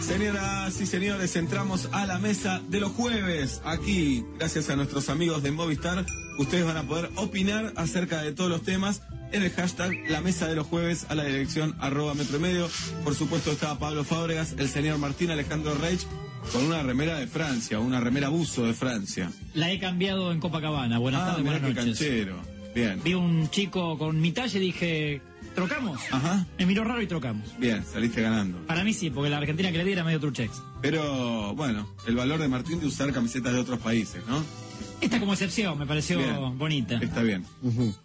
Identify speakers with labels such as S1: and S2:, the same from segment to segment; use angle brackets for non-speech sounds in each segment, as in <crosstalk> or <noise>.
S1: Señoras y señores, entramos a la mesa de los jueves. Aquí, gracias a nuestros amigos de Movistar, ustedes van a poder opinar acerca de todos los temas en el hashtag La Mesa de los Jueves a la dirección arroba metro y medio. Por supuesto está Pablo Fábregas, el señor Martín Alejandro Reich, con una remera de Francia, una remera abuso de Francia.
S2: La he cambiado en Copacabana. Buenas
S1: ah,
S2: tardes,
S1: mirá
S2: buenas
S1: qué
S2: noches.
S1: canchero. Bien,
S2: Vi un chico con mi talla y dije, ¿trocamos?
S1: Ajá.
S2: Me miró raro y trocamos.
S1: bien, saliste ganando.
S2: Para mí sí, porque la Argentina que le di era medio truchex.
S1: Pero bueno, el valor de Martín de usar camisetas de otros países, ¿no?
S2: Esta como excepción me pareció
S1: Bien.
S2: bonita.
S1: Está bien.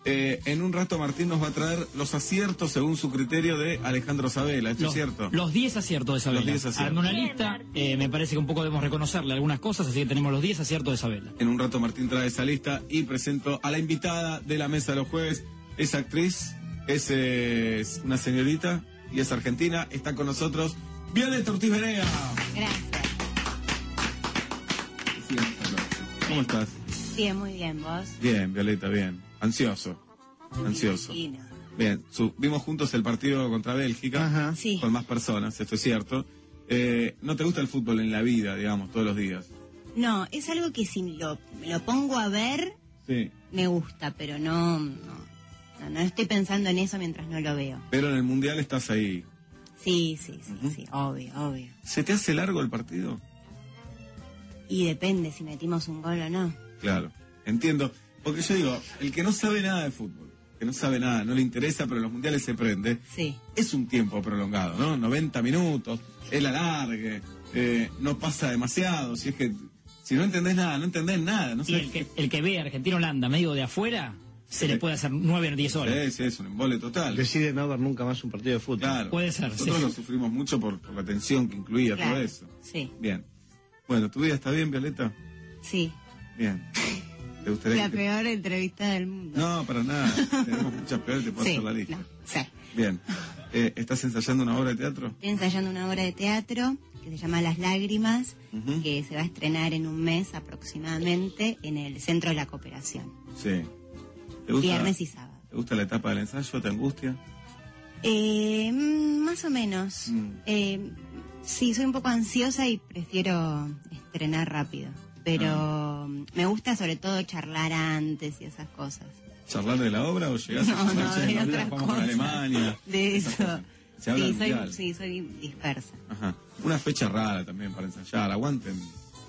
S1: Eh, en un rato Martín nos va a traer los aciertos según su criterio de Alejandro Sabela, ¿esto
S2: Los,
S1: es cierto?
S2: los 10 aciertos de Isabela.
S1: Los 10 aciertos.
S2: Armé una lista, eh, me parece que un poco debemos reconocerle algunas cosas, así que tenemos los 10 aciertos de Isabela.
S1: En un rato Martín trae esa lista y presento a la invitada de la mesa de los jueves. Es actriz, es, eh, es una señorita y es argentina. Está con nosotros Violeta Ortiz Venega.
S3: Gracias.
S1: Sí, Gonzalo. ¿Cómo estás?
S3: Bien, muy bien, vos.
S1: Bien, Violeta, bien. Ansioso. Ansioso.
S3: Y no.
S1: Bien, su- vimos juntos el partido contra Bélgica
S4: Ajá.
S3: Sí.
S1: con más personas, esto es cierto. Eh, no te gusta el fútbol en la vida, digamos, todos los días.
S3: No, es algo que si lo, me lo pongo a ver,
S1: Sí.
S3: me gusta, pero no, no, no, no estoy pensando en eso mientras no lo veo.
S1: Pero en el Mundial estás ahí.
S3: Sí, sí, sí, sí, obvio, obvio.
S1: ¿Se te hace largo el partido?
S3: Y depende si metimos un gol o no.
S1: Claro, entiendo. Porque yo digo, el que no sabe nada de fútbol, que no sabe nada, no le interesa, pero en los mundiales se prende,
S3: Sí.
S1: es un tiempo prolongado, ¿no? 90 minutos, el alargue, eh, no pasa demasiado, si es que... Si no entendés nada, no entendés nada, no
S2: Y
S1: sé.
S2: el que, el que ve a Argentina-Holanda medio de afuera, se
S1: Sí.
S2: le puede hacer 9 o 10 horas.
S1: Sí, sí, es un embole total.
S4: Decide no ver nunca más un partido de fútbol.
S1: Claro.
S2: Puede ser,
S1: Nosotros
S2: sí.
S1: lo sufrimos mucho por, por la tensión que incluía todo
S3: Claro.
S1: eso.
S3: Sí,
S1: Bien. Bueno, ¿tu vida está bien, Violeta?
S3: sí.
S1: Bien. ¿Te gustaría
S3: La
S1: que te-
S3: peor entrevista del mundo.
S1: No, para nada. Tenemos muchas peores, te puedo
S3: sí,
S1: hacer la lista.
S3: no, sí.
S1: Bien. Eh, ¿Estás ensayando una obra de teatro?
S3: Estoy ensayando una obra de teatro que se llama Las Lágrimas,
S1: Ujú.
S3: que se va a estrenar en un mes aproximadamente en el Centro de la Cooperación,
S1: Sí. ¿Te gusta,
S3: viernes y sábado.
S1: ¿Te gusta la etapa del ensayo? ¿Te angustia?
S3: Eh, mm, más o menos.
S1: Mm.
S3: Eh, sí, soy un poco ansiosa y prefiero estrenar rápido, pero
S1: Ah.
S3: mm, me gusta sobre todo charlar antes y esas
S1: <laughs>
S3: cosas.
S1: ¿Charlar de la obra o llegás a
S3: No, no,
S1: "Che,
S3: de
S1: nos
S3: otras
S1: vamos para
S3: cosas.
S1: Alemania?
S3: De
S1: Esas
S3: eso.
S1: cosas. Se habla
S3: sí,
S1: del
S3: soy,
S1: mundial.
S3: sí, soy dispersa.
S1: Ajá. Una fecha rara también para ensayar. Aguanten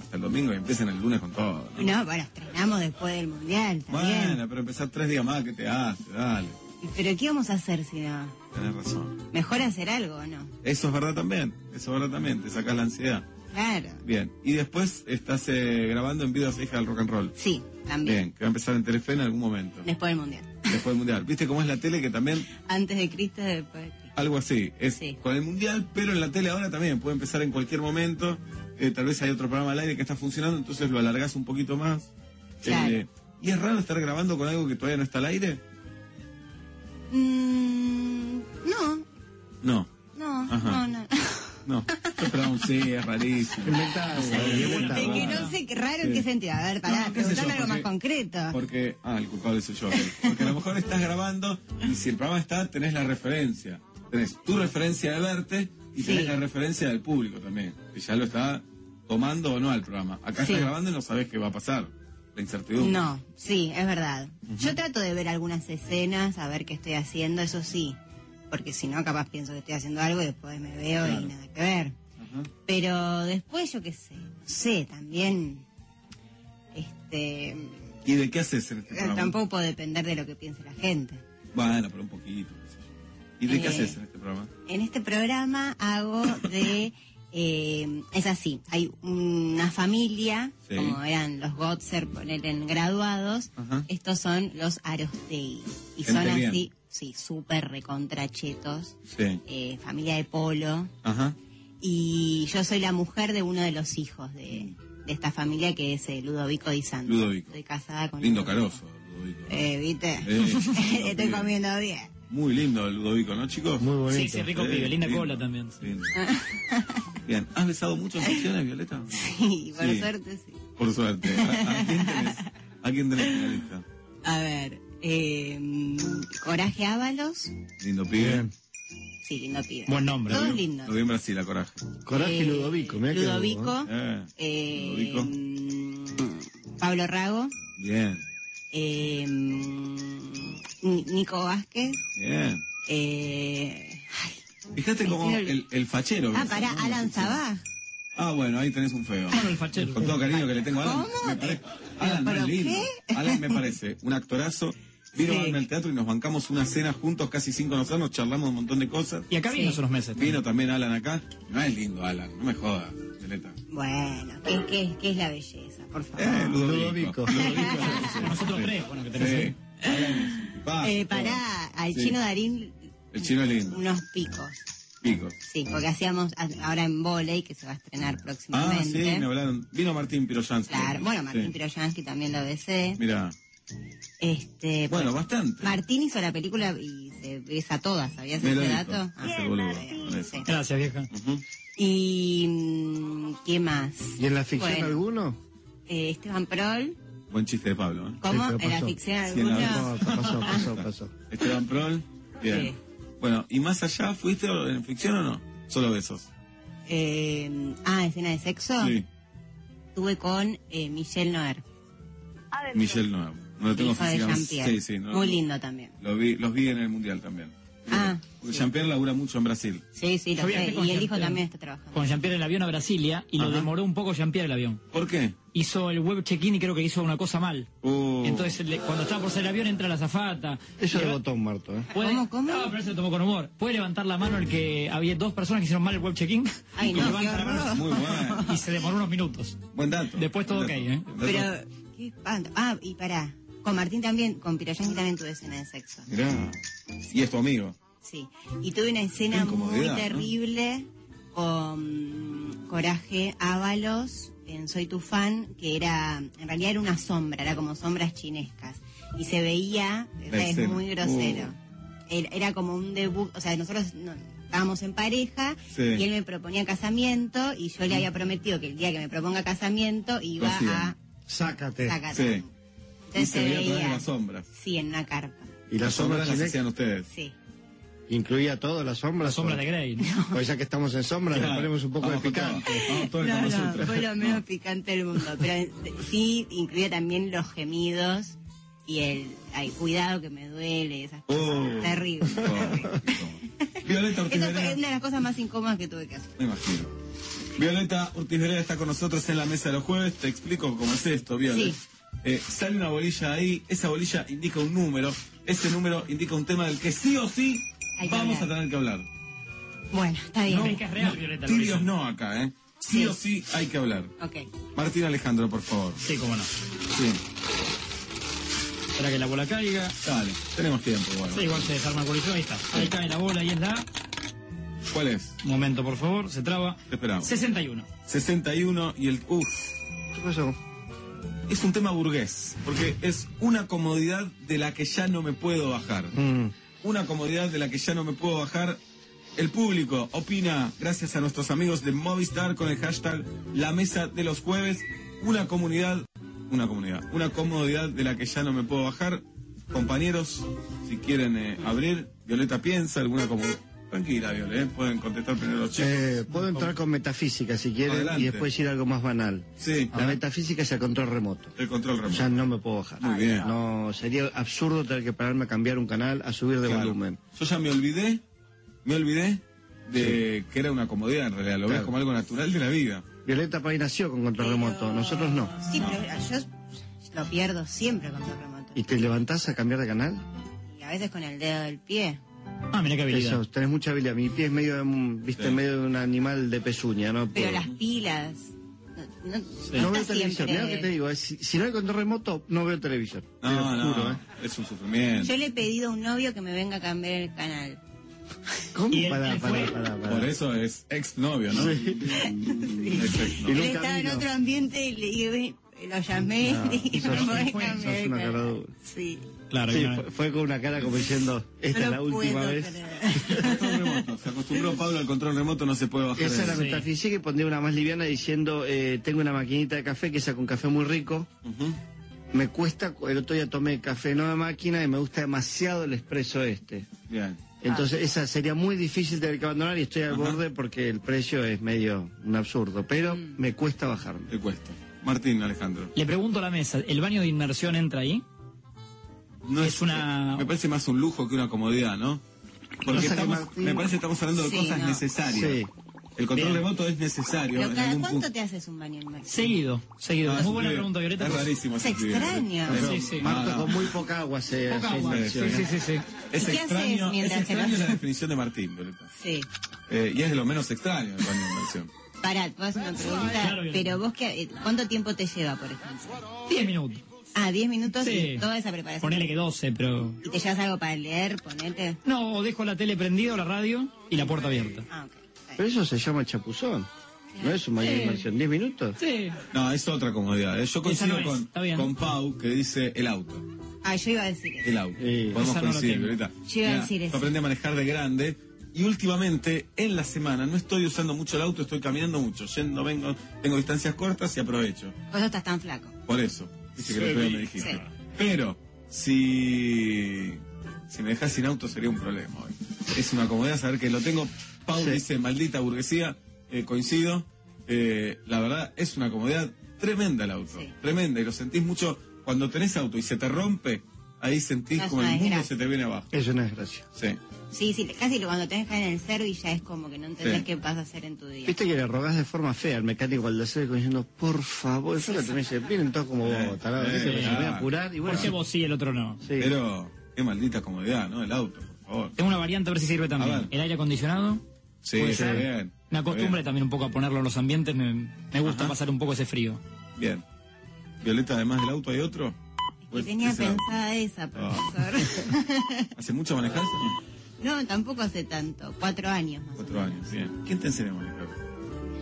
S1: hasta el domingo y empiecen el lunes con todo. ¿no?
S3: No, bueno, estrenamos después del mundial también.
S1: Ah. Bueno, pero empezar tres días más que te hace, dale.
S3: Pero ¿qué vamos a hacer si no?
S1: Tenés razón.
S3: Mejor hacer algo, ¿o ¿no?
S1: Eso es verdad también, eso es verdad también, te sacas la ansiedad.
S3: Claro.
S1: Bien, y después estás eh, grabando en vivo a hija del rock and roll.
S3: Sí, también.
S1: Bien, que va a empezar en Telefe en algún momento,
S3: Después del mundial.
S1: después del Mundial. ¿Viste cómo es la tele que también,
S3: Antes de Cristo, después de Cristo.
S1: algo así, es
S3: Sí.
S1: con el Mundial, pero en la tele ahora también, puede empezar en cualquier momento, Eh, tal vez hay otro programa al aire que está funcionando, entonces lo alargás un poquito más. Eh,
S3: Claro.
S1: ¿Y es raro estar grabando con algo que todavía no está al aire?
S3: Mm, no,
S1: No,
S3: no,
S1: Ajá.
S3: no, no.
S1: no, yo esperaba un sí, es rarísimo.
S4: Inventado,
S1: Está
S3: De que
S1: bueno.
S3: no sé qué raro
S1: Sí.
S3: que sentido. A ver, pará,
S1: No, qué sé
S3: preguntame
S1: yo,
S3: algo más
S1: porque-
S3: concreto.
S1: Porque, ah, el culpable soy yo. ok. Porque a lo mejor estás grabando y si el programa está, tenés la referencia. Tenés tu referencia de verte y tenés
S3: Sí.
S1: la referencia del público también, que ya lo está tomando o no al programa. Acá
S3: Sí.
S1: estás grabando y no sabés qué va a pasar. La incertidumbre.
S3: No, sí, es verdad. Yo trato de ver algunas escenas, a ver qué estoy haciendo, eso sí. Porque si no, capaz pienso que estoy haciendo algo y después me veo y
S1: Claro.
S3: nada que ver.
S1: Ajá.
S3: Pero después, yo qué sé, no sé, también. Este.
S1: ¿Y de qué haces en este programa?
S3: Eh, Tampoco puedo depender de lo que piense la gente.
S1: Bueno, pero un poquito. qué sé yo. ¿Y de qué
S3: Eh.
S1: haces en este programa?
S3: En este programa hago de... eh, es así, hay una familia,
S1: Sí.
S3: como eran los Gotzer, poner en graduados,
S1: Ajá.
S3: estos son los Arostei. Y
S1: Gente
S3: son
S1: bien.
S3: así, sí, súper recontrachetos,
S1: Sí.
S3: eh, familia de polo.
S1: Ajá.
S3: Y yo soy la mujer de uno de los hijos de, de esta familia, que es eh, Ludovico Di Santo.
S1: Ludovico.
S3: Estoy casada con...
S1: Lindo
S3: Ludovico.
S1: carozo, Ludovico.
S3: <laughs> Eh, ¿viste?
S1: Eh, lindo
S3: Estoy
S1: pibe.
S3: comiendo bien. <laughs>
S1: Muy lindo el Ludovico, ¿no, chicos?
S4: Muy bonito.
S2: Sí, sí, rico
S1: Sí,
S2: pibe, linda
S1: lindo,
S2: cola también. sí.
S1: lindo. Bien, ¿has besado mucho en funciones, Violeta?
S3: Sí, por
S1: Sí.
S3: suerte sí.
S1: Por suerte. ¿A, a quién tenés? ¿A quién tenés en la lista?
S3: A ver, eh, Coraje Ábalos,
S1: Lindo pibe.
S4: Bien.
S3: sí, lindo pibe.
S2: Buen nombre.
S3: Todos
S1: Lo
S3: lindos.
S1: vi en Brasil, la coraje.
S4: Coraje
S3: Eh,
S4: Ludovico, mirá que
S3: Ludovico,
S1: Eh,
S3: eh,
S1: Ludovico.
S3: mm, Pablo Rago,
S1: Bien,
S3: eh, mm, Ni- Nico Vázquez,
S1: bien.
S3: eh, ay,
S1: Fíjate cómo
S3: Ay,
S1: el, el fachero.
S3: ah,
S1: ¿ves?
S3: pará,
S1: ¿no?
S3: Alan
S1: Sí.
S3: Sabaj.
S1: Ah, bueno, ahí tenés un feo.
S2: Bueno, el fachero.
S1: Con todo cariño que le tengo a Alan.
S3: ¿Cómo?
S1: Me pare- Alan no es
S3: ¿Pero
S1: lindo.
S3: qué?
S1: Alan me parece un actorazo. Vino
S3: Sí.
S1: a verme al teatro y nos bancamos una cena juntos casi sin conocernos, charlamos un montón de cosas.
S2: Y acá vino hace unos meses.
S1: Vino también Alan acá. No es lindo, Alan, no me jodas, Violeta.
S3: Bueno, ¿qué, qué, qué es la belleza? Por favor.
S1: Eh, Ludovico.
S4: Ludovico.
S2: Nosotros
S1: Sí.
S2: tres, bueno, que tenés
S1: Sí.
S2: ahí.
S1: Alan es un tipazo,
S3: Eh, pará, al
S1: Sí.
S3: chino Darín
S1: todo. El chino es lindo.
S3: unos picos.
S1: Picos.
S3: Sí, porque hacíamos a- ahora en volei, que se va a estrenar
S1: Ah, sí,
S3: próximamente.
S1: me hablaron. Vino Martín Piroyansky.
S3: Claro, bueno, Martín
S1: Sí.
S3: Piroyansky también lo besé.
S1: Mirá.
S3: Este,
S1: Bueno, bastante.
S3: Martín hizo la película y se besa todas, ¿sabías
S1: Me
S3: ese
S1: lo dijo.
S3: dato?
S1: Ese boludo, me
S3: sí.
S2: Gracias, vieja.
S1: Ujú.
S3: Y mm, ¿qué más?
S4: ¿eh? ¿Y en la ficción
S3: Bueno,
S4: alguno?
S3: eh, Esteban Prol,
S1: Buen chiste de Pablo. ¿eh?
S3: ¿cómo?
S4: Sí, pero
S3: en la
S4: pasó.
S3: ficción
S1: Sí, en la-
S3: alguna.
S4: No, pasó,
S3: <laughs>
S4: pasó, pasó.
S1: Esteban Prol. Bien.
S3: Sí.
S1: Bueno, ¿y más allá fuiste en ficción o no? Solo besos.
S3: Eh, ah, escena de sexo.
S1: Sí.
S3: Estuve con eh, Michelle Noer,
S1: Michelle Nuevo. No lo tengo
S3: hijo de
S1: físicamente.
S3: Jean-Pierre.
S1: Sí, sí. no-
S3: Muy lindo también.
S1: Lo vi, los vi en el Mundial también.
S3: Ah,
S1: Porque Jean-Pierre labura mucho en Brasil.
S3: Sí, sí, lo
S2: Javier,
S3: sé.
S2: ¿qué con
S3: Y el hijo
S2: Jean-Pierre?
S3: también está trabajando.
S2: Con Jean-Pierre el avión a Brasilia y lo
S1: Ajá.
S2: demoró un poco Jean-Pierre el avión.
S1: ¿Por qué?
S2: Hizo el web check-in y creo que hizo una cosa mal.
S1: Uh,
S2: Entonces, le- cuando estaba por salir el avión, entra la zafata.
S4: Eso de botón, Marto, ¿eh?
S2: Puede,
S3: ¿Cómo, cómo?
S2: No, pero se lo tomó con humor. Puede levantar la mano el que había dos personas que hicieron mal el web check-in.
S3: Ay,
S2: Y
S3: no,
S2: levanta
S3: qué
S2: la mano.
S3: horror.
S1: Muy bueno.
S2: Y se demoró unos minutos.
S1: Buen dato.
S2: Después todo
S1: Buen
S2: ok,
S1: dato.
S2: ¿eh?
S1: Buen dato.
S3: Pero, qué espanto. Ah, y pará. Con Martín también, con Piroyanqui también tuve escena de sexo.
S1: Mirá. Y es tu amigo.
S3: Sí. Y tuve una escena
S1: Qué incomodidad,
S3: muy
S1: ¿no?
S3: terrible con Coraje Ábalos en Soy tu fan, que era, en realidad era una sombra, era como sombras chinescas. Y se veía, o sea, es
S1: escena. Uh.
S3: muy grosero. Era, era como un debut, o sea, nosotros no- estábamos en pareja
S1: Sí.
S3: y él me proponía casamiento y yo le había prometido que el día que me proponga casamiento iba a
S1: hacían.
S4: Sácate.
S3: Zacatán.
S1: Sí. Y
S3: Entonces
S1: se veía a través de las sombras.
S3: Sí, en una carpa.
S4: ¿Y las sombras
S1: las
S4: chinescas?
S1: hacían ustedes.
S3: Sí.
S4: ¿Incluía todo, las sombras?
S2: La sombra de Grey.
S4: Pues ya que estamos en sombras, le
S1: Claro.
S4: ponemos un poco de
S1: Vamos con todo.
S4: picante.
S1: Vamos, todo el
S3: No,
S1: Kama
S3: no,
S1: Sutra.
S3: fue lo menos picante del mundo. Pero eh, sí, incluía también los gemidos y el. Ay, cuidado que me duele, esas cosas.
S1: <laughs> Oh.
S3: Terrible.
S1: Oh, qué incómodo. Violeta Ortiz
S3: Esa fue
S1: Vereda.
S3: una de las cosas más incómodas que tuve que hacer.
S1: Me imagino. Violeta Ortiz Vereda está con nosotros en la mesa de los jueves. Te explico cómo es esto, Violeta.
S3: Sí.
S1: Eh, sale una bolilla ahí, esa bolilla indica un número, ese número indica un tema del que sí o sí
S3: Hay que
S1: vamos a
S3: hablar.
S1: tener que hablar.
S3: Bueno, está
S2: No,
S3: bien.
S2: que es real, Violeta. lo
S1: Tibios
S2: hizo.
S1: no acá, ¿eh? Sí,
S3: Sí.
S1: o sí hay que hablar.
S3: Ok.
S1: Martín Alejandro, por favor.
S2: Sí, cómo no.
S1: Sí,
S2: Espera que la bola caiga.
S1: dale, tenemos tiempo, bueno.
S2: Sí, igual se desarma el colisión. Ahí está. Ahí cae la bola, ahí es la. A.
S1: ¿Cuál es?
S2: Momento, por favor, se traba.
S1: Te esperamos.
S2: 61.
S1: 61 y el... Uf,
S4: ¿Qué pasó?
S1: es un tema burgués, porque es una comodidad de la que ya no me puedo bajar.
S4: Mm.
S1: una comodidad de la que ya no me puedo bajar. El público opina, gracias a nuestros amigos de Movistar con el hashtag La Mesa de los Jueves, una comunidad, una comunidad, una comodidad de la que ya no me puedo bajar. Compañeros, si quieren eh, abrir, Violeta piensa, alguna comodidad. Tranquila, Violeta, pueden contestar primero los chicos.
S4: Eh, puedo entrar con metafísica si quieren
S1: Adelante.
S4: y después ir a algo más banal.
S1: Sí,
S4: La metafísica es el control remoto.
S1: el control remoto.
S4: Ya no me puedo bajar.
S1: Muy bien.
S4: No, sería absurdo tener que pararme a cambiar un canal, a subir de
S1: Claro.
S4: volumen.
S1: Yo ya me olvidé, me olvidé de que era una comodidad en realidad, lo ves
S4: Claro.
S1: como algo natural de la vida.
S4: Violeta Pay nació con control remoto, nosotros no.
S3: Sí, pero yo lo pierdo siempre con los remotos.
S4: ¿Y te levantás a cambiar de canal?
S3: Y a veces con el dedo del pie.
S2: Ah, mirá qué habilidad.
S4: Eso, tenés mucha habilidad. Mi pie es medio, de un- viste,
S1: Sí.
S4: medio de un animal de pezuña, ¿no?
S3: Pero
S4: puedo.
S3: las pilas. No, no,
S4: No
S3: no
S4: veo
S3: está
S4: televisión, mirá lo que te
S3: siempre.
S4: digo, eh, si, si no hay control remoto, no veo televisión. Te lo
S1: No, no,
S4: juro, ¿eh?
S1: es un sufrimiento.
S3: Yo le he pedido a un novio que me venga a cambiar el canal.
S4: ¿Cómo?
S2: Y él-
S4: Pará,
S2: él
S4: pará,
S2: fue-
S4: pará, pará.
S1: Por eso es exnovio, ¿no? Es exnovio.
S3: Él
S4: nunca
S3: estaba en
S4: vino.
S3: otro ambiente <laughs> y le- y ve- lo llamé y
S4: sos-
S3: me voy a cambiar
S4: sos
S3: de
S4: una
S3: canal.
S4: caradura.
S3: Sí.
S2: Claro,
S4: Sí,
S2: una-
S4: fue, fue con una cara como diciendo, esta es la última vez. <laughs>
S1: Control remoto. Se acostumbró Pablo al control remoto, no se puede bajar.
S4: Esa es la
S1: de-
S2: Sí.
S4: metafísica y pondría una más liviana diciendo, eh, tengo una maquinita de café que saca un café muy rico.
S1: Ujú.
S4: Me cuesta, el otro día tomé café no de máquina y me gusta demasiado el expreso este.
S1: Bien.
S2: Ah.
S4: Entonces esa sería muy difícil tener que abandonar y estoy al
S1: Ajá.
S4: borde porque el precio es medio un absurdo, pero
S2: Mm.
S4: me cuesta bajarme.
S1: Te cuesta. Martín, Alejandro.
S2: Le pregunto a la mesa, ¿el baño de inmersión entra ahí?
S1: No
S2: Es una-
S1: Me parece más un lujo que una comodidad, ¿no? Porque
S4: Pasa que
S1: estamos,
S4: Martín-
S1: me parece que estamos hablando de
S3: Sí,
S1: cosas
S3: no.
S1: necesarias.
S4: Sí.
S1: El control remoto es necesario.
S3: Pero
S1: en
S3: cada
S1: algún
S3: cuánto
S1: punto.
S3: te haces un baño inmerso?
S2: Seguido, seguido.
S1: Ah,
S2: Muy buena
S1: sí.
S2: pregunta, Violeta.
S1: Es
S2: pues,
S1: rarísimo.
S3: Se
S1: ese
S3: extraña.
S1: video.
S2: Sí, sí.
S1: No,
S4: Marto,
S1: no.
S4: con muy poca agua se ¿eh?
S2: Poca
S4: se
S2: agua.
S4: inmersiona.
S1: inversión.
S2: Sí, sí, sí.
S1: Es
S3: ¿Y qué haces
S1: extraño, es
S3: mientras te
S1: extraño
S3: la-
S1: la definición de Martín, Violeta.
S3: Sí.
S1: Eh, y es de lo menos extraño el baño de inversión.
S3: Pará, vos una pregunta.
S2: Claro, bien.
S3: pero vos, qué, eh, ¿cuánto tiempo te lleva, por ejemplo?
S2: Diez minutos.
S3: Ah, 10 minutos
S2: Sí.
S3: y toda esa preparación.
S2: Ponele que 12, pero...
S3: ¿Y te llevas algo para leer? Ponete.
S2: No, o dejo la tele prendida, o la radio y la puerta abierta.
S3: Ah, ok. está bien.
S4: Pero eso se llama chapuzón. No es un mayor
S2: Sí.
S4: inversión. ¿10 minutos?
S2: Sí.
S1: No, es otra comodidad. eh. Yo coincido
S2: no es,
S1: con,
S2: está bien.
S1: con Pau que dice el auto.
S3: Ah, yo iba a decir eso.
S1: El auto.
S4: Sí.
S1: Podemos
S2: Esa no la
S1: coincidir,
S2: tengo.
S1: Violeta.
S3: Yo iba a
S1: Mira,
S3: decir eso.
S1: yo aprendí a manejar de grande y últimamente en la semana no estoy usando mucho el auto, estoy caminando mucho. Yendo, vengo, tengo distancias cortas y aprovecho.
S3: Vos no estás tan flaco.
S1: Por eso. Dice que lo
S4: Sí.
S1: peor me dijiste.
S3: Sí.
S1: Pero, si, si me dejas sin auto sería un problema hoy. Es una comodidad saber que lo tengo. Pau
S4: Sí.
S1: dice, maldita burguesía, eh, coincido. Eh, la verdad, es una comodidad tremenda el auto.
S3: Sí.
S1: Tremenda. Y lo sentís mucho cuando tenés auto y se te rompe, ahí sentís
S3: Es
S1: como el
S3: una
S1: mundo
S3: desgracia.
S1: se te viene abajo.
S4: Es una desgracia.
S1: Sí.
S3: Sí, sí, casi lo- cuando te dejan en el service ya es como que no entendés
S1: Sí.
S3: qué vas a hacer en tu día.
S4: Viste que le rogás de forma fea al mecánico al de hacer como diciendo, por favor, eso lo tenés, vienen todos como vos, tarado,
S1: Eh,
S4: ¿viste? Pero se me voy
S1: claro.
S4: a apurar y bueno.
S2: ¿Por qué vos sí, el otro no?
S4: sí.
S1: Pero, qué maldita comodidad, ¿no? El auto, por favor.
S2: Tengo una variante a ver si sirve
S1: A
S2: también.
S1: ver.
S2: El aire acondicionado.
S1: Sí,
S2: Puede
S1: está
S2: ser.
S1: bien. está
S2: Me acostumbré también un poco a ponerlo en los ambientes. Me, me gusta
S1: Ajá.
S2: pasar un poco ese frío.
S1: Bien. Violeta, además del auto, ¿hay otro? Pues
S3: Y tenía
S1: Ese auto.
S3: pensada
S1: Ah.
S3: esa, profesor.
S1: ¿Hace mucho manejaste?
S3: <laughs> no, tampoco hace tanto. Cuatro años más. o
S1: Cuatro años, bien. ¿Quién te enseñó a manejar?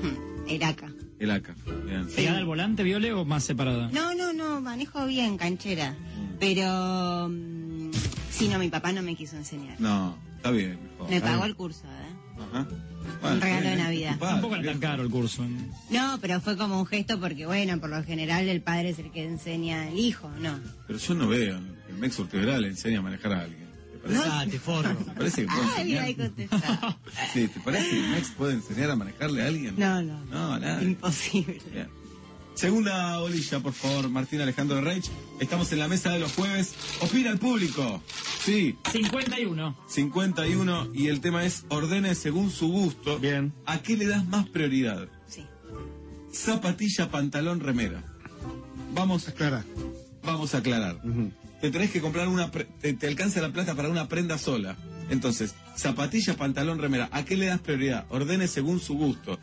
S3: menos. Era acá.
S1: El ACA, bien.
S2: ¿Pegada al volante, Viole, o más separada?
S3: No, no, no, manejo bien, canchera. Pero. mm, sí, no, mi papá no me quiso enseñar.
S1: No, está bien, mejor.
S3: Me pagó el curso, ¿eh?
S1: Ajá.
S3: Un regalo de
S1: bien,
S3: Navidad.
S1: tu padre,
S2: Tampoco era
S1: bien.
S2: tan caro el curso.
S3: No, pero fue como un gesto porque, bueno, por lo general el padre es el que enseña al hijo, ¿no.
S1: Pero yo no veo que el Mexur Tebral le enseña a manejar a alguien. ¿Te parece?
S5: te forro.
S3: <laughs>
S1: ¿Te parece que puede
S3: Ah, bien, ahí
S1: enseñar? <laughs>
S3: contestado.
S1: Sí, ¿te parece que Mex puede enseñar a manejarle a alguien?
S3: No, no,
S1: No, nada.
S3: Imposible.
S1: Bien. Segunda bolilla, por favor, Martín Alejandro Reich. Estamos en la mesa de los jueves. Opina el público. Sí,
S2: 51.
S1: 51. Y el tema es ordene según su gusto.
S4: Bien.
S1: ¿A qué le das más prioridad?
S3: Sí.
S1: Zapatilla, pantalón, remera. Vamos,
S4: Clara.
S1: vamos a aclarar.
S4: Ujú.
S1: Te tenés que comprar una. pre- Te, te alcanza la plata para una prenda sola. Entonces, zapatilla, pantalón, remera. ¿A qué le das prioridad? Ordene según su gusto.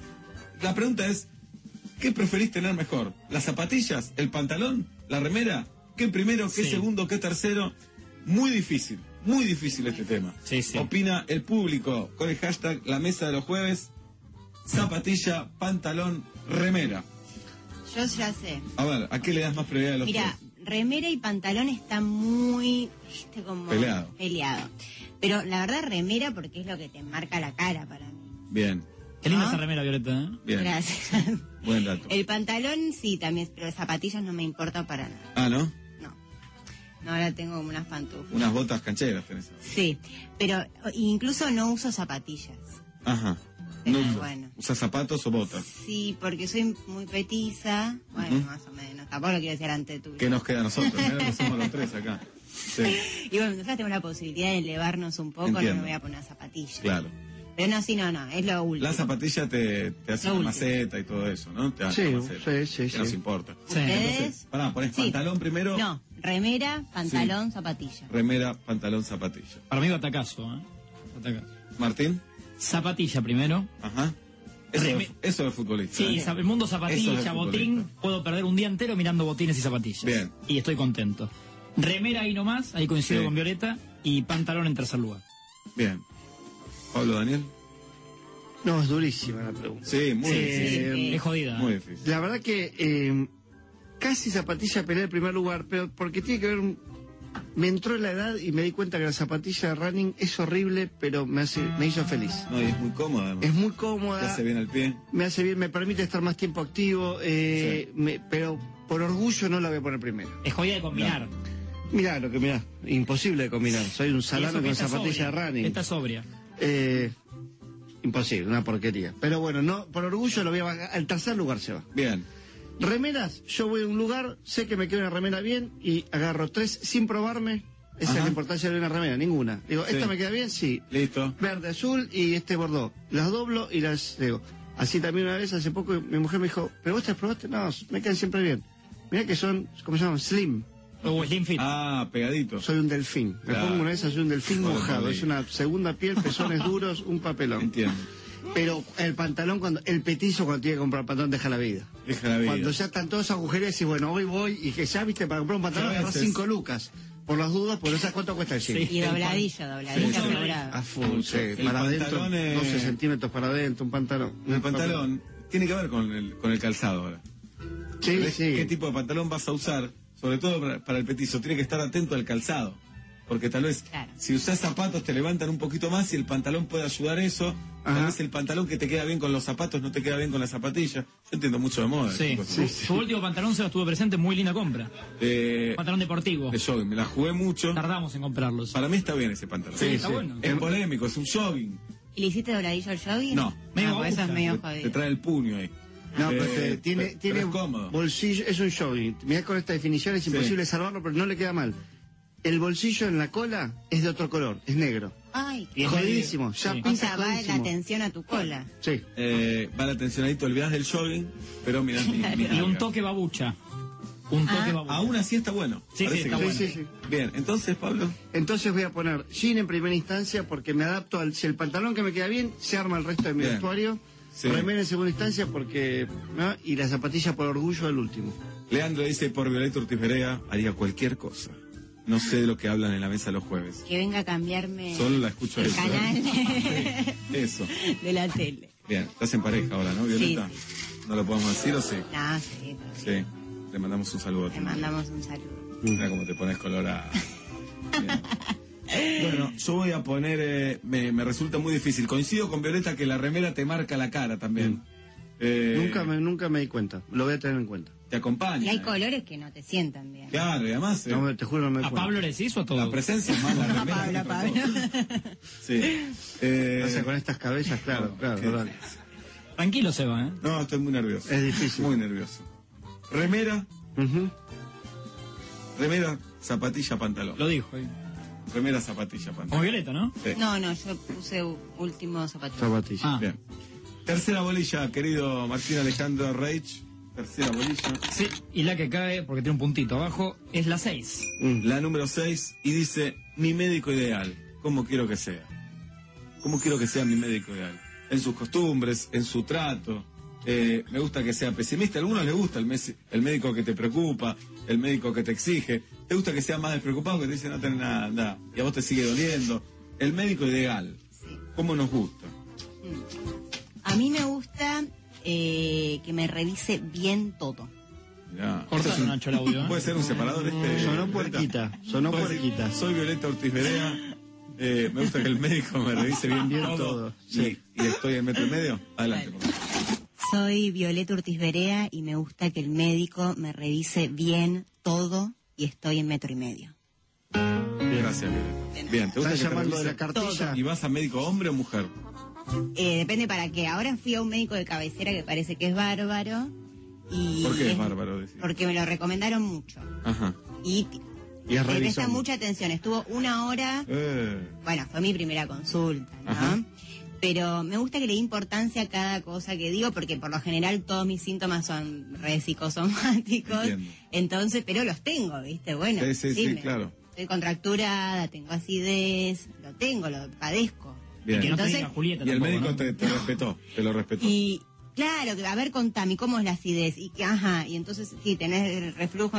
S1: La pregunta es: ¿qué preferís tener mejor? ¿Las zapatillas? ¿El pantalón? ¿La remera? ¿Qué primero? ¿Qué
S2: Sí.
S1: segundo? ¿Qué tercero? Muy difícil. Muy difícil este tema.
S2: Sí, sí.
S1: Opina el público con el hashtag La Mesa de los Jueves. Zapatilla, pantalón, remera.
S3: Yo ya sé.
S1: A ver, ¿a qué le das más prioridad a los
S3: Mira,
S1: jueves?
S3: remera y pantalón está muy, viste, como
S1: Peleado.
S3: peleado. Pero la verdad, remera porque es lo que te marca la cara para mí.
S1: Bien,
S2: Qué linda
S3: Ah.
S2: esa remera, Violeta. ¿eh?
S1: bien.
S3: Gracias. <laughs> Eh.
S1: Buen dato.
S3: El pantalón sí también, pero las zapatillas no me importa para nada.
S1: Ah, ¿no?
S3: No. No, ahora tengo como unas pantuflas.
S1: Unas botas cancheras tenés. ahora.
S3: Sí, pero o- incluso no uso zapatillas.
S1: Ajá.
S3: Pero
S1: usas-
S3: Eh, bueno.
S1: ¿Usas zapatos o botas?
S3: Sí, porque soy muy petiza. Bueno,
S1: Ujú.
S3: más o menos. Tampoco lo quiero decir ante tuyo.
S1: ¿Qué nos queda a nosotros? Mirá que somos los tres acá. Sí,
S3: Y bueno, nosotros tenemos la posibilidad de elevarnos un poco, no
S1: Entiendo.
S3: me voy a poner zapatillas.
S1: claro.
S3: Pero no, sí, no, no, es lo último.
S1: La zapatilla te, te hace
S3: Lo
S1: una
S3: último.
S1: maceta y todo eso, ¿no? Te hace
S4: Sí,
S1: una maceta.
S4: sí, sí,
S1: Que
S4: sí.
S1: nos importa.
S2: Sí.
S3: ¿Ustedes?
S1: Pará, ponés
S3: Sí.
S1: pantalón primero,
S3: No, remera, pantalón, zapatilla.
S1: remera, pantalón, zapatilla.
S2: Para mí, batacazo. ¿eh? Batacazo.
S1: Martín,
S2: Zapatilla primero.
S1: ajá. Eso,
S2: Reme-
S1: de, fu- eso de futbolista.
S2: Sí,
S1: ¿eh?
S2: sa- el mundo
S1: Eso es
S2: zapatilla,
S1: el
S2: botín.
S1: futbolista.
S2: Puedo perder un día entero mirando botines y zapatillas.
S1: Bien.
S2: Y estoy contento. Remera ahí nomás, ahí coincido
S1: Sí.
S2: con Violeta. Y pantalón en tercer lugar.
S1: Bien. Pablo Daniel.
S4: No, es durísima la pregunta.
S1: Sí, muy
S4: Sí.
S1: difícil.
S3: Sí.
S2: es jodida. ¿eh?
S1: Muy difícil.
S4: em, La verdad que eh, casi zapatilla pelea el primer lugar, pero porque tiene que ver un- Me entró la edad y me di cuenta que la zapatilla de running es horrible, pero me, hace, me hizo feliz.
S1: No, y es muy cómoda. además.
S4: Es muy
S1: Te
S4: cómoda,
S1: hace bien al pie.
S4: me hace bien, me permite estar más tiempo activo, eh, me- pero por orgullo no la voy a poner primero.
S2: Es jodida de combinar.
S4: Mirá lo que mirá, imposible de combinar. Soy un
S2: Y eso
S4: salame
S2: que
S4: con
S2: está
S4: zapatilla de
S2: sobria,
S4: running.
S2: Está sobria.
S4: Eh, imposible, una porquería. Pero bueno, no, por orgullo lo voy a bajar. Al tercer lugar se va.
S1: Bien.
S4: Remeras, yo voy a un lugar, sé que me queda una remera bien y agarro tres sin probarme. Esa es
S1: Ajá.
S4: la importancia de una remera, ninguna. Digo,
S1: Sí.
S4: ¿esta me queda bien? Sí.
S1: Listo.
S4: Verde, azul y este bordó. Las doblo y las digo. Así también una vez, hace poco, mi mujer me dijo, ¿pero vos te las probaste? No, me quedan siempre bien. Mirá que son, ¿cómo se llaman? Slim.
S2: O Slim Fit.
S1: Ah, pegadito.
S4: Soy un delfín. Me
S1: Claro.
S4: pongo una vez, soy un delfín
S1: Joder,
S4: mojado.
S1: Rodrigo.
S4: Es una segunda piel,
S1: <laughs>
S4: pezones duros, un papelón.
S1: Entiendo.
S4: Pero el pantalón, cuando el petizo cuando tiene que comprar pantalón, deja la vida.
S1: Deja la vida.
S4: Cuando ya están todos agujeros, decís, bueno, hoy voy y que ya viste para comprar un pantalón,
S1: A
S4: agarrás
S1: veces.
S4: cinco lucas. Por las dudas, por esas cuánto cuesta el jean.
S3: Y dobladillo, dobladillo
S1: Sí, Ah. sí.
S4: A
S3: asegurado.
S4: full, sí,
S1: El
S4: para adentro,
S1: pantalón, eh,
S4: 12 centímetros para adentro, un pantalón.
S1: El pantalón tiene que ver con el, con el calzado ahora.
S4: Sí,
S1: ¿Ves ¿Qué
S4: sí.
S1: tipo de pantalón vas a usar? Sobre todo para, para el petizo. Tiene que estar atento al calzado. Porque tal vez
S3: Claro.
S1: si usás zapatos te levantan un poquito más y el pantalón puede ayudar eso. Tal
S4: Ajá.
S1: vez el pantalón que te queda bien con los zapatos no te queda bien con la zapatilla. Yo entiendo mucho de moda.
S2: Sí.
S1: chicos.
S2: Su- Su último pantalón se lo estuvo presente, muy linda compra.
S1: Eh,
S2: Pantalón deportivo.
S1: de jogging. Me la jugué mucho.
S2: Tardamos en comprarlos.
S1: Para mí está bien ese pantalón.
S2: Sí, está bueno.
S1: Es polémico, es un jogging.
S3: ¿Y le hiciste dobladillo al jogging?
S1: No.
S3: Medio
S2: Medio
S3: eso es
S2: aguja.
S1: Te,
S3: medio
S1: te
S3: jodido.
S1: trae el puño ahí.
S4: No,
S1: Eh,
S4: pero te- tiene,
S1: pero
S4: tiene
S1: es cómodo.
S4: bolsillo, es un jogging. Mirá con esta definición, es
S1: Sí.
S4: imposible salvarlo, pero no le queda mal. El bolsillo en la cola es de otro color, es negro.
S3: Ay,
S2: Y es
S4: Jodidísimo,
S2: medio-
S4: ya
S2: sí.
S3: o
S4: pinta
S3: sea, va la
S4: jodidísimo.
S3: atención a tu cola.
S4: Sí.
S1: Eh, va la atención ahí, te olvidás del jogging, pero mirás mi- mi
S2: <laughs> Y un
S1: nalga.
S2: toque babucha. Un toque babucha.
S1: Aún así está bueno.
S2: Sí, sí,
S1: Parece
S2: está
S1: que-
S4: bueno. Sí, sí,
S1: Bien, entonces, Pablo,
S4: Entonces voy a poner jean en primera instancia porque me adapto al. Si el pantalón que me queda bien, se arma el resto de mi
S1: Bien.
S4: vestuario.
S1: Sí.
S4: Remera en segunda instancia porque. ¿no? Y la zapatilla por orgullo al último.
S1: Leandro dice, por Violeta Ortiz Berea, haría cualquier cosa. No sé de lo que hablan en la mesa los jueves.
S3: Que venga a cambiarme
S1: Solo la escucho
S3: el
S1: eso. <laughs>
S3: canal
S1: Eso.
S3: de la tele.
S1: Bien, estás en pareja ahora, ¿no, Violeta?
S3: Sí,
S1: ¿No lo podemos decir o sí?
S3: No, sí, sí.
S1: Sí. Le mandamos un saludo.
S3: Te mandamos un saludo.
S1: Mira cómo te pones colorada.
S4: <laughs>
S1: Bien. Bueno, yo voy a poner, eh, me, me resulta muy difícil. Coincido con Violeta que la remera te marca la cara también. Eh,
S4: Mm. Nunca, me, nunca me di cuenta. Lo voy a tener en cuenta.
S1: Te
S3: Y
S1: acompaña.
S3: hay colores que no te sientan bien.
S1: Claro, y además eh,
S4: No, me- te juro, no me di
S2: ¿A
S4: cuenta.
S2: Pablo les hizo a
S1: la
S2: todos?
S1: presencia es más la remera que
S3: Ah, Pablo,
S1: otra
S3: Pablo. <laughs>
S1: cosa. Sí. Eh,
S4: O sea, con estas cabezas, claro, claro,
S1: qué
S4: dale.
S1: difícil.
S2: Tranquilo, Seba, ¿eh?
S1: No, estoy muy nervioso.
S4: Es difícil.
S1: Muy nervioso. Remera,
S4: Ujú.
S1: remera, zapatilla, pantalón.
S2: Lo dijo. ¿eh?
S1: Remera, zapatilla,
S2: Como
S1: pantalón.
S2: Violeta, ¿no?
S1: Sí.
S3: No, no, yo puse u- último zapatillo.
S4: Zapatilla.
S2: Ah,
S1: Bien. Tercera bolilla, querido Martín Alejandro Reich. Tercera bolilla.
S2: sí. Y la que cae, porque tiene un puntito abajo, es la 6.
S4: Mm.
S1: La número 6 y dice, mi médico ideal, ¿cómo quiero que sea? ¿Cómo quiero que sea mi médico ideal? En sus costumbres, en su trato. eh, me gusta que sea pesimista. A algunos les gusta el, mesi- el médico que te preocupa, el médico que te exige. Te gusta que sea más despreocupado, que te dice no tenés nada, anda, y a vos te sigue doliendo. El médico ideal, ¿cómo nos gusta?
S3: A mí me gusta eh, que me revise bien todo.
S1: Mirá.
S2: Cortado, Nacho, el audio. ¿eh?
S1: Puede ser un separador este.
S4: Sonó
S1: Violeta?
S4: puerquita, sonó
S1: Puede ser,
S4: puerquita.
S1: Soy Violeta Ortiz Berea. eh, me gusta que el médico me revise bien,
S4: Bien
S1: todo.
S4: todo, sí.
S1: Y, y estoy en metro y medio. Adelante. por favor.
S3: Soy Violeta Ortiz Berea y me gusta que el médico me revise bien todo y estoy en metro y medio.
S1: Gracias, Violeta. Bien, ¿te gusta
S4: ¿Estás
S1: que te
S4: llamando de la
S1: revise
S4: cartilla?
S1: ¿Y vas a médico hombre o mujer?
S3: Eh, depende para qué. Ahora fui a un médico de cabecera que parece que es bárbaro. Y
S1: ¿Por qué es bárbaro? decís?
S3: Porque me lo recomendaron mucho.
S1: Ajá.
S3: Y,
S4: Y es
S3: le presta
S4: revisando.
S3: mucha atención. Estuvo una hora.
S1: Eh,
S3: Bueno, fue mi primera consulta, ¿no?
S1: Ajá.
S3: Pero me gusta que le dé importancia a cada cosa que digo, porque por lo general todos mis síntomas son re psicosomáticos.
S1: Entiendo.
S3: Entonces, pero los tengo, ¿viste? Bueno,
S1: Sí, sí, sí,
S3: me-
S1: claro.
S3: Estoy contracturada, tengo acidez, lo tengo, lo padezco.
S1: bien.
S2: Que no te
S3: Entonces-
S2: diga Julieta
S1: Y el
S2: tampoco,
S1: médico
S2: ¿no?
S1: te, te respetó, te lo respetó.
S3: Y claro, que a ver, contame, ¿cómo es la acidez? Y que, ajá, y entonces sí, tenés el reflujo.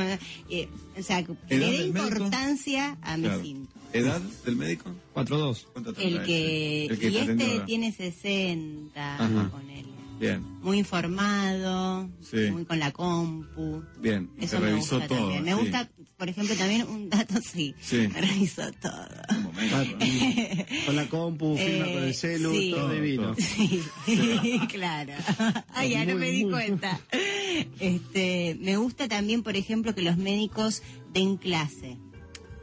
S3: eh, o sea, que le
S1: ¿Edad
S3: dé
S1: del médico?
S3: importancia a mis
S1: Claro.
S3: síntomas.
S1: ¿Edad del médico?
S2: 4-2.
S1: ¿Cuánto tendrá
S3: El que,
S1: ese? El que
S3: y
S1: te atendió
S3: este
S1: ahora.
S3: tiene 60,
S1: Ajá.
S3: ponele.
S1: Bien,
S3: muy informado,
S1: Sí.
S3: muy con la compu.
S1: bien. y
S3: Eso
S1: te
S3: me
S1: revisó
S3: gusta
S1: todo.
S3: también. Me
S1: sí.
S3: gusta, por ejemplo, también un dato, sí,
S1: Sí.
S3: me <laughs> revisó todo. <laughs>
S1: Un momento, <laughs>
S4: Ah,
S1: ¿no?
S4: Con la compu, firma
S3: Eh,
S4: con el celu,
S3: sí.
S4: todo divino.
S3: Sí, <laughs> claro.
S1: <laughs>
S3: Ay, ya no
S4: Muy,
S3: me di
S4: muy.
S3: cuenta. Este, me gusta también, por ejemplo, que los médicos den clase.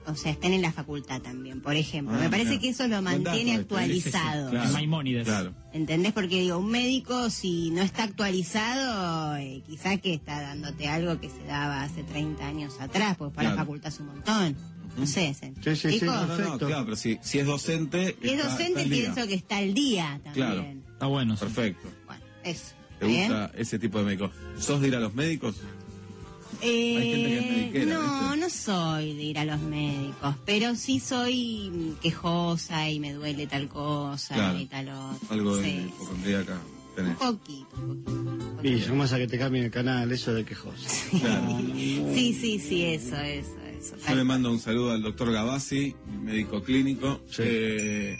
S3: O sea, estén en la facultad también, por ejemplo.
S1: Ah,
S3: me parece
S1: mira.
S3: que eso lo
S1: Buen
S3: mantiene
S1: dato este, sí, sí, sí,
S3: actualizado.
S1: Claro.
S2: Maimónides.
S1: Claro.
S3: ¿Entendés? Porque digo, un médico si no está actualizado, eh, quizás que está dándote algo que se daba hace 30 años atrás, porque para
S1: Claro.
S3: la facultad es un montón. No sé, ¿se-
S4: Sí, sí, sí,
S3: explico?
S1: No, no, no,
S4: Perfecto.
S1: claro, pero si, si es docente.
S3: Y es
S1: está- está
S3: docente,
S1: al día.
S3: pienso que está al día también.
S2: Está bueno. sí.
S1: Perfecto.
S3: Bueno, eso.
S1: ¿Te
S3: ¿Está bien?
S1: gusta ese tipo de médicos? ¿Sos de ir a los médicos?
S3: Eh,
S1: Hay gente que es mediquera,
S3: no,
S1: ¿viste?
S3: no soy de ir a los médicos, pero sí soy mm, quejosa y me duele tal cosa
S1: Claro.
S3: y tal otra.
S1: Algo de
S3: Sí, Oh,
S1: hipocondríaca
S3: un
S1: tenés.
S3: poquito, un poquito.
S4: Y yo más a que te cambien el canal, eso de quejoso.
S1: Claro.
S3: Sí, sí, sí, eso, eso, eso.
S1: Yo le mando un saludo al doctor Gavassi, médico clínico.
S4: Sí.
S1: Eh,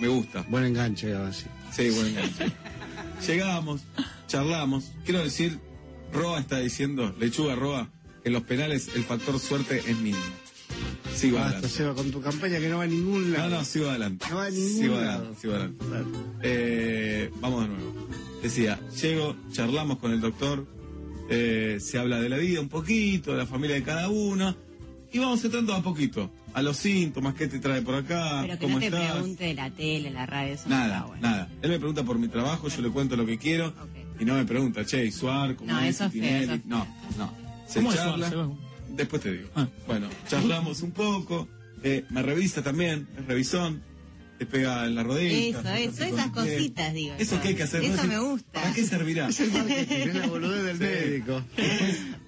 S1: me gusta.
S4: Buen enganche, Gabassi.
S1: Sí, buen enganche. Llegamos, charlamos. Quiero decir, Roa está diciendo, lechuga Roa, que en los penales el factor suerte es mínimo. Sigo
S4: Basta,
S1: adelante.
S4: Seba, con tu campaña que no va a ningún
S1: No,
S4: lado.
S1: no, sigo adelante.
S4: No va a ningún
S1: Sigo
S4: lado.
S1: adelante, sigo adelante.
S4: Claro.
S1: Eh, vamos de nuevo. Decía, llego, charlamos con el doctor, eh, se habla de la vida un poquito, de la familia de cada uno, y vamos entrando a poquito, a los síntomas, qué te trae por acá,
S3: Pero que
S1: cómo
S3: no te
S1: estás.
S3: pregunte de la tele, la radio, eso no
S1: Nada,
S3: está Ah, bueno.
S1: nada. Él me pregunta por mi trabajo, yo le cuento lo que quiero,
S3: Ok.
S1: y no me pregunta, che, ¿y Suar, cómo
S3: No,
S1: es,
S3: eso es feo,
S1: Tinelli?
S3: eso es feo.
S1: No, no. Se
S2: ¿Cómo es Suar,
S1: charla,
S2: Seba?
S1: después te digo.
S2: Ah.
S1: Bueno, charlamos un poco, eh, me revisa también, es revisón, te pega en la rodilla.
S3: Eso, eso, esas cositas, digo.
S1: Eso
S3: yo.
S1: que hay que hacer. ¿no?
S3: Eso
S1: Decir,
S3: me gusta.
S1: ¿Para qué
S3: <laughs>
S1: servirá?
S4: Es el marketing, es la boludez del
S1: Sí.
S4: médico.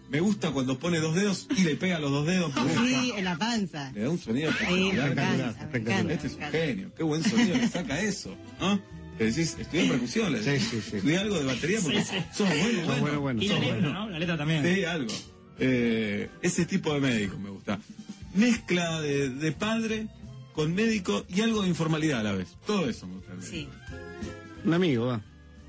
S1: Me gusta cuando pone dos dedos y le pega los dos dedos. me gusta.
S3: Ah, Sí, en la panza.
S1: Le da un sonido
S3: Sí, me
S1: Eh, espectacular.
S3: encanta, me
S4: espectacular.
S3: encanta.
S1: Este es
S3: me
S1: un
S3: encanta.
S1: genio. Qué buen sonido le saca eso. ¿no? Le decís, estudié percusión. Le decís,
S4: Sí, sí, sí.
S1: Estudié algo de batería porque
S2: Sí, sí.
S1: sos bueno,
S4: Sos
S1: bueno.
S4: bueno, bueno.
S2: Y la
S4: sos
S2: letra,
S4: bueno.
S2: ¿no? La letra también.
S1: Sí, algo. Eh, ese tipo de médico me gusta. Mezcla de, de padre con médico y algo de informalidad a la vez. Todo eso me gusta. del
S3: Sí.
S4: Un amigo, va.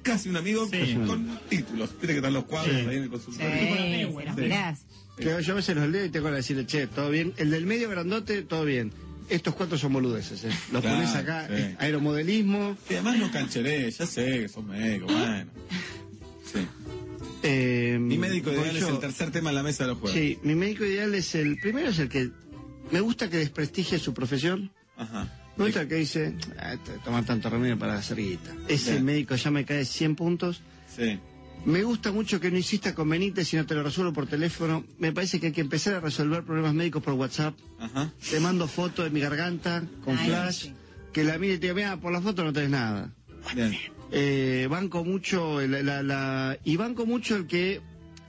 S1: casi un amigo
S2: Sí.
S1: con- con títulos. Viste que están los cuadros ahí en el
S3: Sí,
S1: consultorio.
S3: se los
S2: Sí.
S3: mirás.
S4: Que yo a veces los leo y tengo que decirle, che, todo bien. El del medio grandote, todo bien. Estos cuatro son boludeces, ¿eh? Los
S1: Claro,
S4: pones acá,
S1: sí.
S4: eh, aeromodelismo,
S1: Y además no cancheré, ya sé que sos médico, bueno. Sí.
S4: eh,
S1: Mi médico
S4: voy
S1: ideal es
S4: yo.
S1: el tercer tema en la mesa de los jueves.
S4: Sí, mi médico ideal es el... Primero es el que... Me gusta que desprestigie su profesión.
S1: Ajá.
S4: Me gusta el que dice, "Ah, esto de tomar tanto remedio para hacer guita. Ese
S1: Bien.
S4: médico ya me cae 100 puntos.
S1: Sí.
S4: Me gusta mucho que no insista conveniente si no te lo resuelvo por teléfono. Me parece que hay que empezar a resolver problemas médicos por WhatsApp.
S1: Ajá.
S4: Te mando fotos de mi garganta con
S3: Ay,
S4: flash.
S3: sí.
S4: Que la mire y te diga, mira, por la foto no tenés nada.
S1: Bien.
S4: Eh, banco mucho el- la, la- y banco mucho el que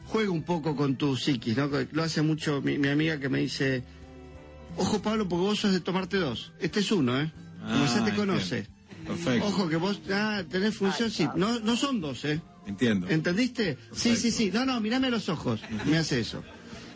S4: juega un poco con tu psiquis, ¿no? Que Lo hace mucho mi, mi amiga que me dice, ojo Pablo, porque vos sos de tomarte dos. Este es uno, ¿eh? Como
S1: Ah,
S4: ya te
S1: entiendo.
S4: conoce.
S1: Perfecto.
S4: Ojo que vos ah, tenés función, sí. No, no son dos, ¿eh?
S1: Entiendo.
S4: ¿Entendiste? Sí, sí, sí. No, no, mirame a los ojos. Me hace eso.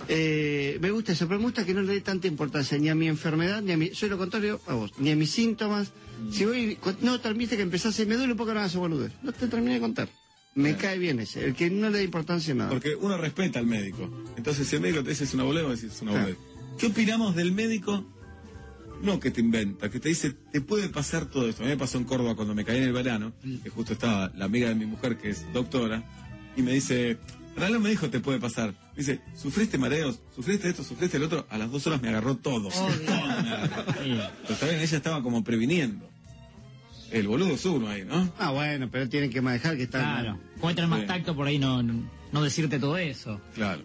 S4: Eh, me gusta eso, pero me gusta que no le dé tanta importancia ni a mi enfermedad, ni a mi. Soy lo contrario a vos, ni a mis síntomas.
S1: Mm.
S4: Si voy. con- No, termiste que empezase, me duele un poco nada, se boludo. No te terminé de contar. Me cae bien ese, el que no le da importancia a nada.
S1: Porque uno respeta al médico. Entonces, si el médico te dice es una boleta, vos decís es una
S4: Claro.
S1: boleta. ¿Qué opinamos del médico? No que te inventa, que te dice, te puede pasar todo esto. A mí me pasó en Córdoba cuando me caí en el verano, que justo estaba la amiga de mi mujer, que es doctora, y me dice, Ralo me dijo, te puede pasar. Me dice, ¿sufriste mareos? ¿Sufriste esto? ¿Sufriste el otro? A las dos horas me agarró todo. Todo me agarró.
S2: Sí.
S1: Pero también ella estaba como previniendo. El boludo es uno ahí, ¿no?
S4: Ah, bueno, pero tienen que manejar que está.
S2: Claro. Puede tener más
S1: Sí.
S2: tacto por ahí, no, no no decirte todo eso.
S1: Claro.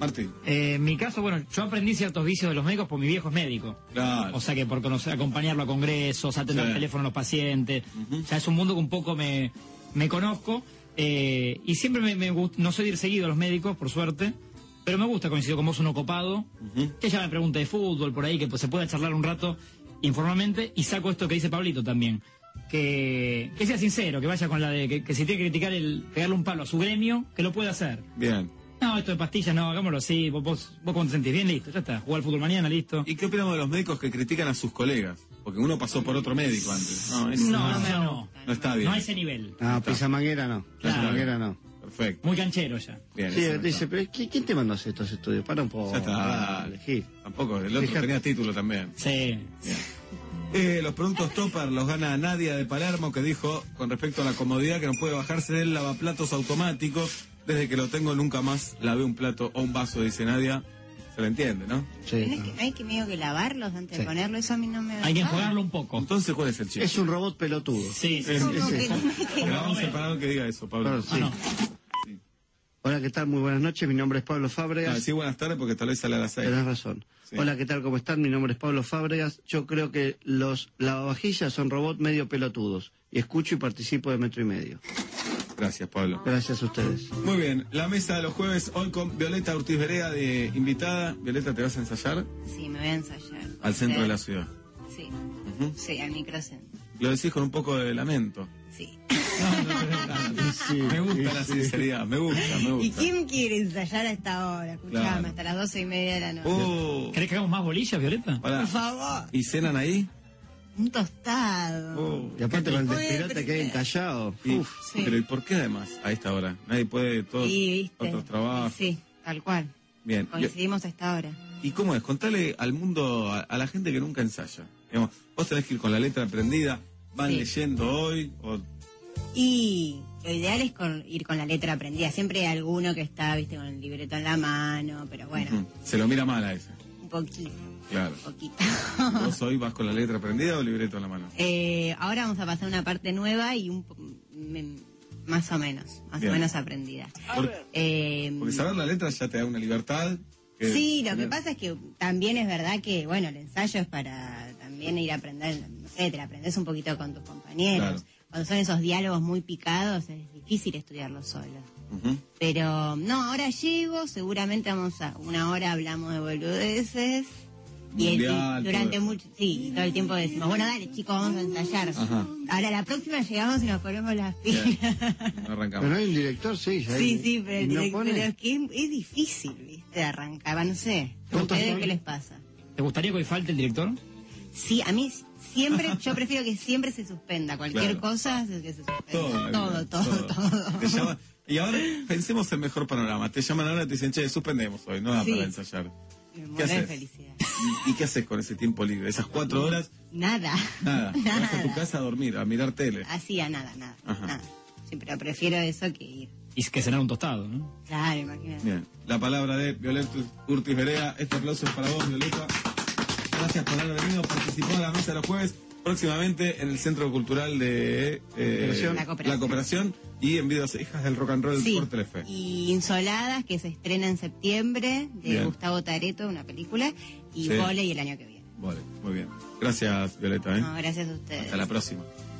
S1: Martín.
S2: Eh, en mi caso, bueno, yo aprendí ciertos vicios de los médicos porque mi viejo es médico.
S1: Claro.
S2: O sea que por conocer, acompañarlo a congresos, atender
S1: Sí.
S2: el teléfono a los pacientes. O sea, es un mundo que un poco me, me conozco. eh, y siempre me, me gust- no soy de ir seguido a los médicos, por suerte. Pero me gusta, coincido con vos, uno copado. Que ya me pregunta de fútbol, por ahí, que pues, se pueda charlar un rato informalmente. Y saco esto que dice Pablito también. Que, que sea sincero, que vaya con la de que, que si tiene que criticar el pegarle un palo a su gremio, que lo pueda hacer.
S1: Bien.
S2: No, esto de pastillas, no, hagámoslo así. Vos, vos, vos cómo te sentís bien, listo, ya está. Jugar al fútbol mañana, listo.
S1: ¿Y qué opinamos de los médicos que critican a sus colegas? Porque uno pasó por otro médico antes. No, es-
S2: No, no,
S1: no,
S2: no,
S1: no está bien.
S2: No a ese nivel.
S4: No, pisamanguera no. Pisamanguera no.
S1: Perfecto.
S2: Muy canchero ya.
S1: Bien,
S4: Sí,
S1: ese no
S4: dice,
S1: está.
S4: pero ¿qui- ¿quién te mandó a hacer estos estudios? Para un poco.
S1: Ya está.
S4: dale, Gil.
S1: Tampoco, el otro
S4: Fíjate.
S1: tenía título también.
S2: Sí.
S1: Eh, los productos Topper los gana Nadia de Palermo, que dijo con respecto a la comodidad que no puede bajarse del lavaplatos automático. Desde que lo tengo nunca más lavé un plato o un vaso, dice Nadia. Se la entiende, ¿no?
S4: Sí.
S3: Tenés que- hay que medio que lavarlos antes
S4: Sí.
S3: de ponerlo, eso a mí no me
S2: Hay que
S3: va.
S2: enjuagarlo un poco.
S1: Entonces, ¿cuál es el chiste?
S4: Es un robot pelotudo.
S2: Sí, sí.
S1: Es-
S3: Como que tiene que-
S1: Pero vamos a separar que diga eso, Pablo.
S4: Claro, sí.
S2: Ah, no.
S4: Hola, ¿qué tal? Muy buenas noches. Mi nombre es Pablo
S1: Ah,
S4: Fábregas.
S1: sí, buenas tardes, porque tal vez sale a las seis.
S4: Tenés razón.
S1: Sí.
S4: Hola, ¿qué tal? ¿Cómo están? Mi nombre es Pablo Fábregas. Yo creo que los lavavajillas son robots medio pelotudos. Y escucho y participo de metro y medio.
S1: Gracias, Pablo.
S4: Gracias a ustedes.
S1: Muy bien, la mesa de los jueves hoy con Violeta Ortiz Vereda de invitada. Violeta, ¿te vas a ensayar?
S3: Sí, me voy a ensayar.
S1: Al centro de la ciudad.
S3: Sí,
S1: Ujú.
S3: sí, al microcentro.
S1: Lo decís con un poco de lamento.
S3: Sí.
S1: Me gusta la sinceridad, me gusta, me
S3: ¿Y
S1: gusta.
S3: quién quiere ensayar a esta hora? Escuchame,
S1: Claro.
S3: hasta las doce y media de la noche.
S1: Oh,
S2: ¿Querés que hagamos más bolillas, Violeta?
S1: pará.
S3: Por favor,
S1: ¿Y cenan ahí?
S3: un tostado.
S1: Oh.
S4: Y aparte con el
S3: Voy a
S4: despirate
S3: eh,
S4: que hay encallado.
S1: Y-
S4: Uf.
S3: sí.
S1: Pero ¿y por qué además a esta hora? Nadie puede, todos
S3: Sí, ¿viste?
S1: otros trabajos.
S3: Sí, tal cual.
S1: Bien. ¿Y,
S3: Coincidimos a esta hora.
S1: y cómo es? Contale al mundo, a, a la gente que nunca ensaya. Digamos, vos tenés que ir con la letra aprendida, van
S3: Sí.
S1: leyendo hoy, o
S3: Y lo ideal es con- ir con la letra aprendida. Siempre hay alguno que está, viste, con el libreto en la mano, pero bueno,
S1: Ujú. se lo mira mal a ese.
S3: un poquito,
S1: Claro.
S3: un poquito. <laughs>
S1: ¿Vos hoy vas con la letra aprendida o libreto en la mano?
S3: Eh, ahora vamos a pasar una parte nueva y un po- me- más o menos, más
S1: Bien.
S3: o menos aprendida.
S1: Por-
S3: Eh,
S1: porque saber la letra ya te da una libertad. que-
S3: sí, lo que pasa es que también es verdad que, bueno, el ensayo es para también ir a aprender, no sé, te la aprendes un poquito con tus compañeros.
S1: Claro.
S3: Cuando son esos diálogos muy picados es difícil estudiarlos solo.
S1: Ujú.
S3: Pero no, ahora llego, seguramente vamos a una hora hablamos de boludeces. Y, el- y
S1: Mundial,
S3: durante
S1: todo.
S3: mucho, sí, y todo el tiempo decimos, bueno, dale chicos, vamos a ensayar.
S1: Ajá.
S3: Ahora la próxima llegamos y nos ponemos las pilas.
S1: Bien. Arrancamos.
S4: Pero hay un director, sí. ya hay-
S3: <laughs> Sí, sí, pero, el
S4: ¿No
S3: director-
S4: pone?
S3: pero es que es, es difícil, ¿viste? Arrancaba, no sé. ¿A
S4: ¿Cuántos
S3: ustedes
S4: son?
S3: qué les pasa?
S2: ¿Te gustaría que hoy falte el director?
S3: Sí, a mí siempre, yo prefiero que siempre se suspenda. Cualquier
S1: Claro.
S3: cosa se- que se suspenda.
S1: Todo, en la vida,
S3: todo, todo, todo.
S1: Te llaman- y ahora pensemos el mejor panorama. Te llaman ahora y te dicen, che, suspendemos hoy, no da
S3: Sí.
S1: para ensayar.
S3: Me muero de
S1: haces?
S3: felicidad.
S1: ¿Y, y qué haces con ese tiempo libre? Esas cuatro horas,
S3: <laughs> Nada.
S1: nada. Te Vas a tu casa a dormir, a mirar tele.
S3: Así, a nada, nada,
S1: Ajá.
S3: nada. Sí, pero prefiero eso que ir.
S2: Y que cenar un tostado, ¿no?
S3: Claro, imagínate.
S1: Bien. La palabra de Violeta Urtis Vereda. Este aplauso es para vos, Violeta. Gracias por haber venido, participó en la mesa de los jueves. Próximamente en el Centro Cultural de eh,
S3: La Cooperación.
S1: Cooperación y en Vidas e Hijas del Rock and Roll
S3: Sí,
S1: por Telefe.
S3: y Insoladas, que se estrena en septiembre, de
S1: Bien.
S3: Gustavo Tareto, una película, y
S1: Sí.
S3: Voley el año que viene.
S1: Vale, muy bien. Gracias, Violeta. ¿eh?
S3: No, gracias a ustedes.
S1: Hasta la próxima.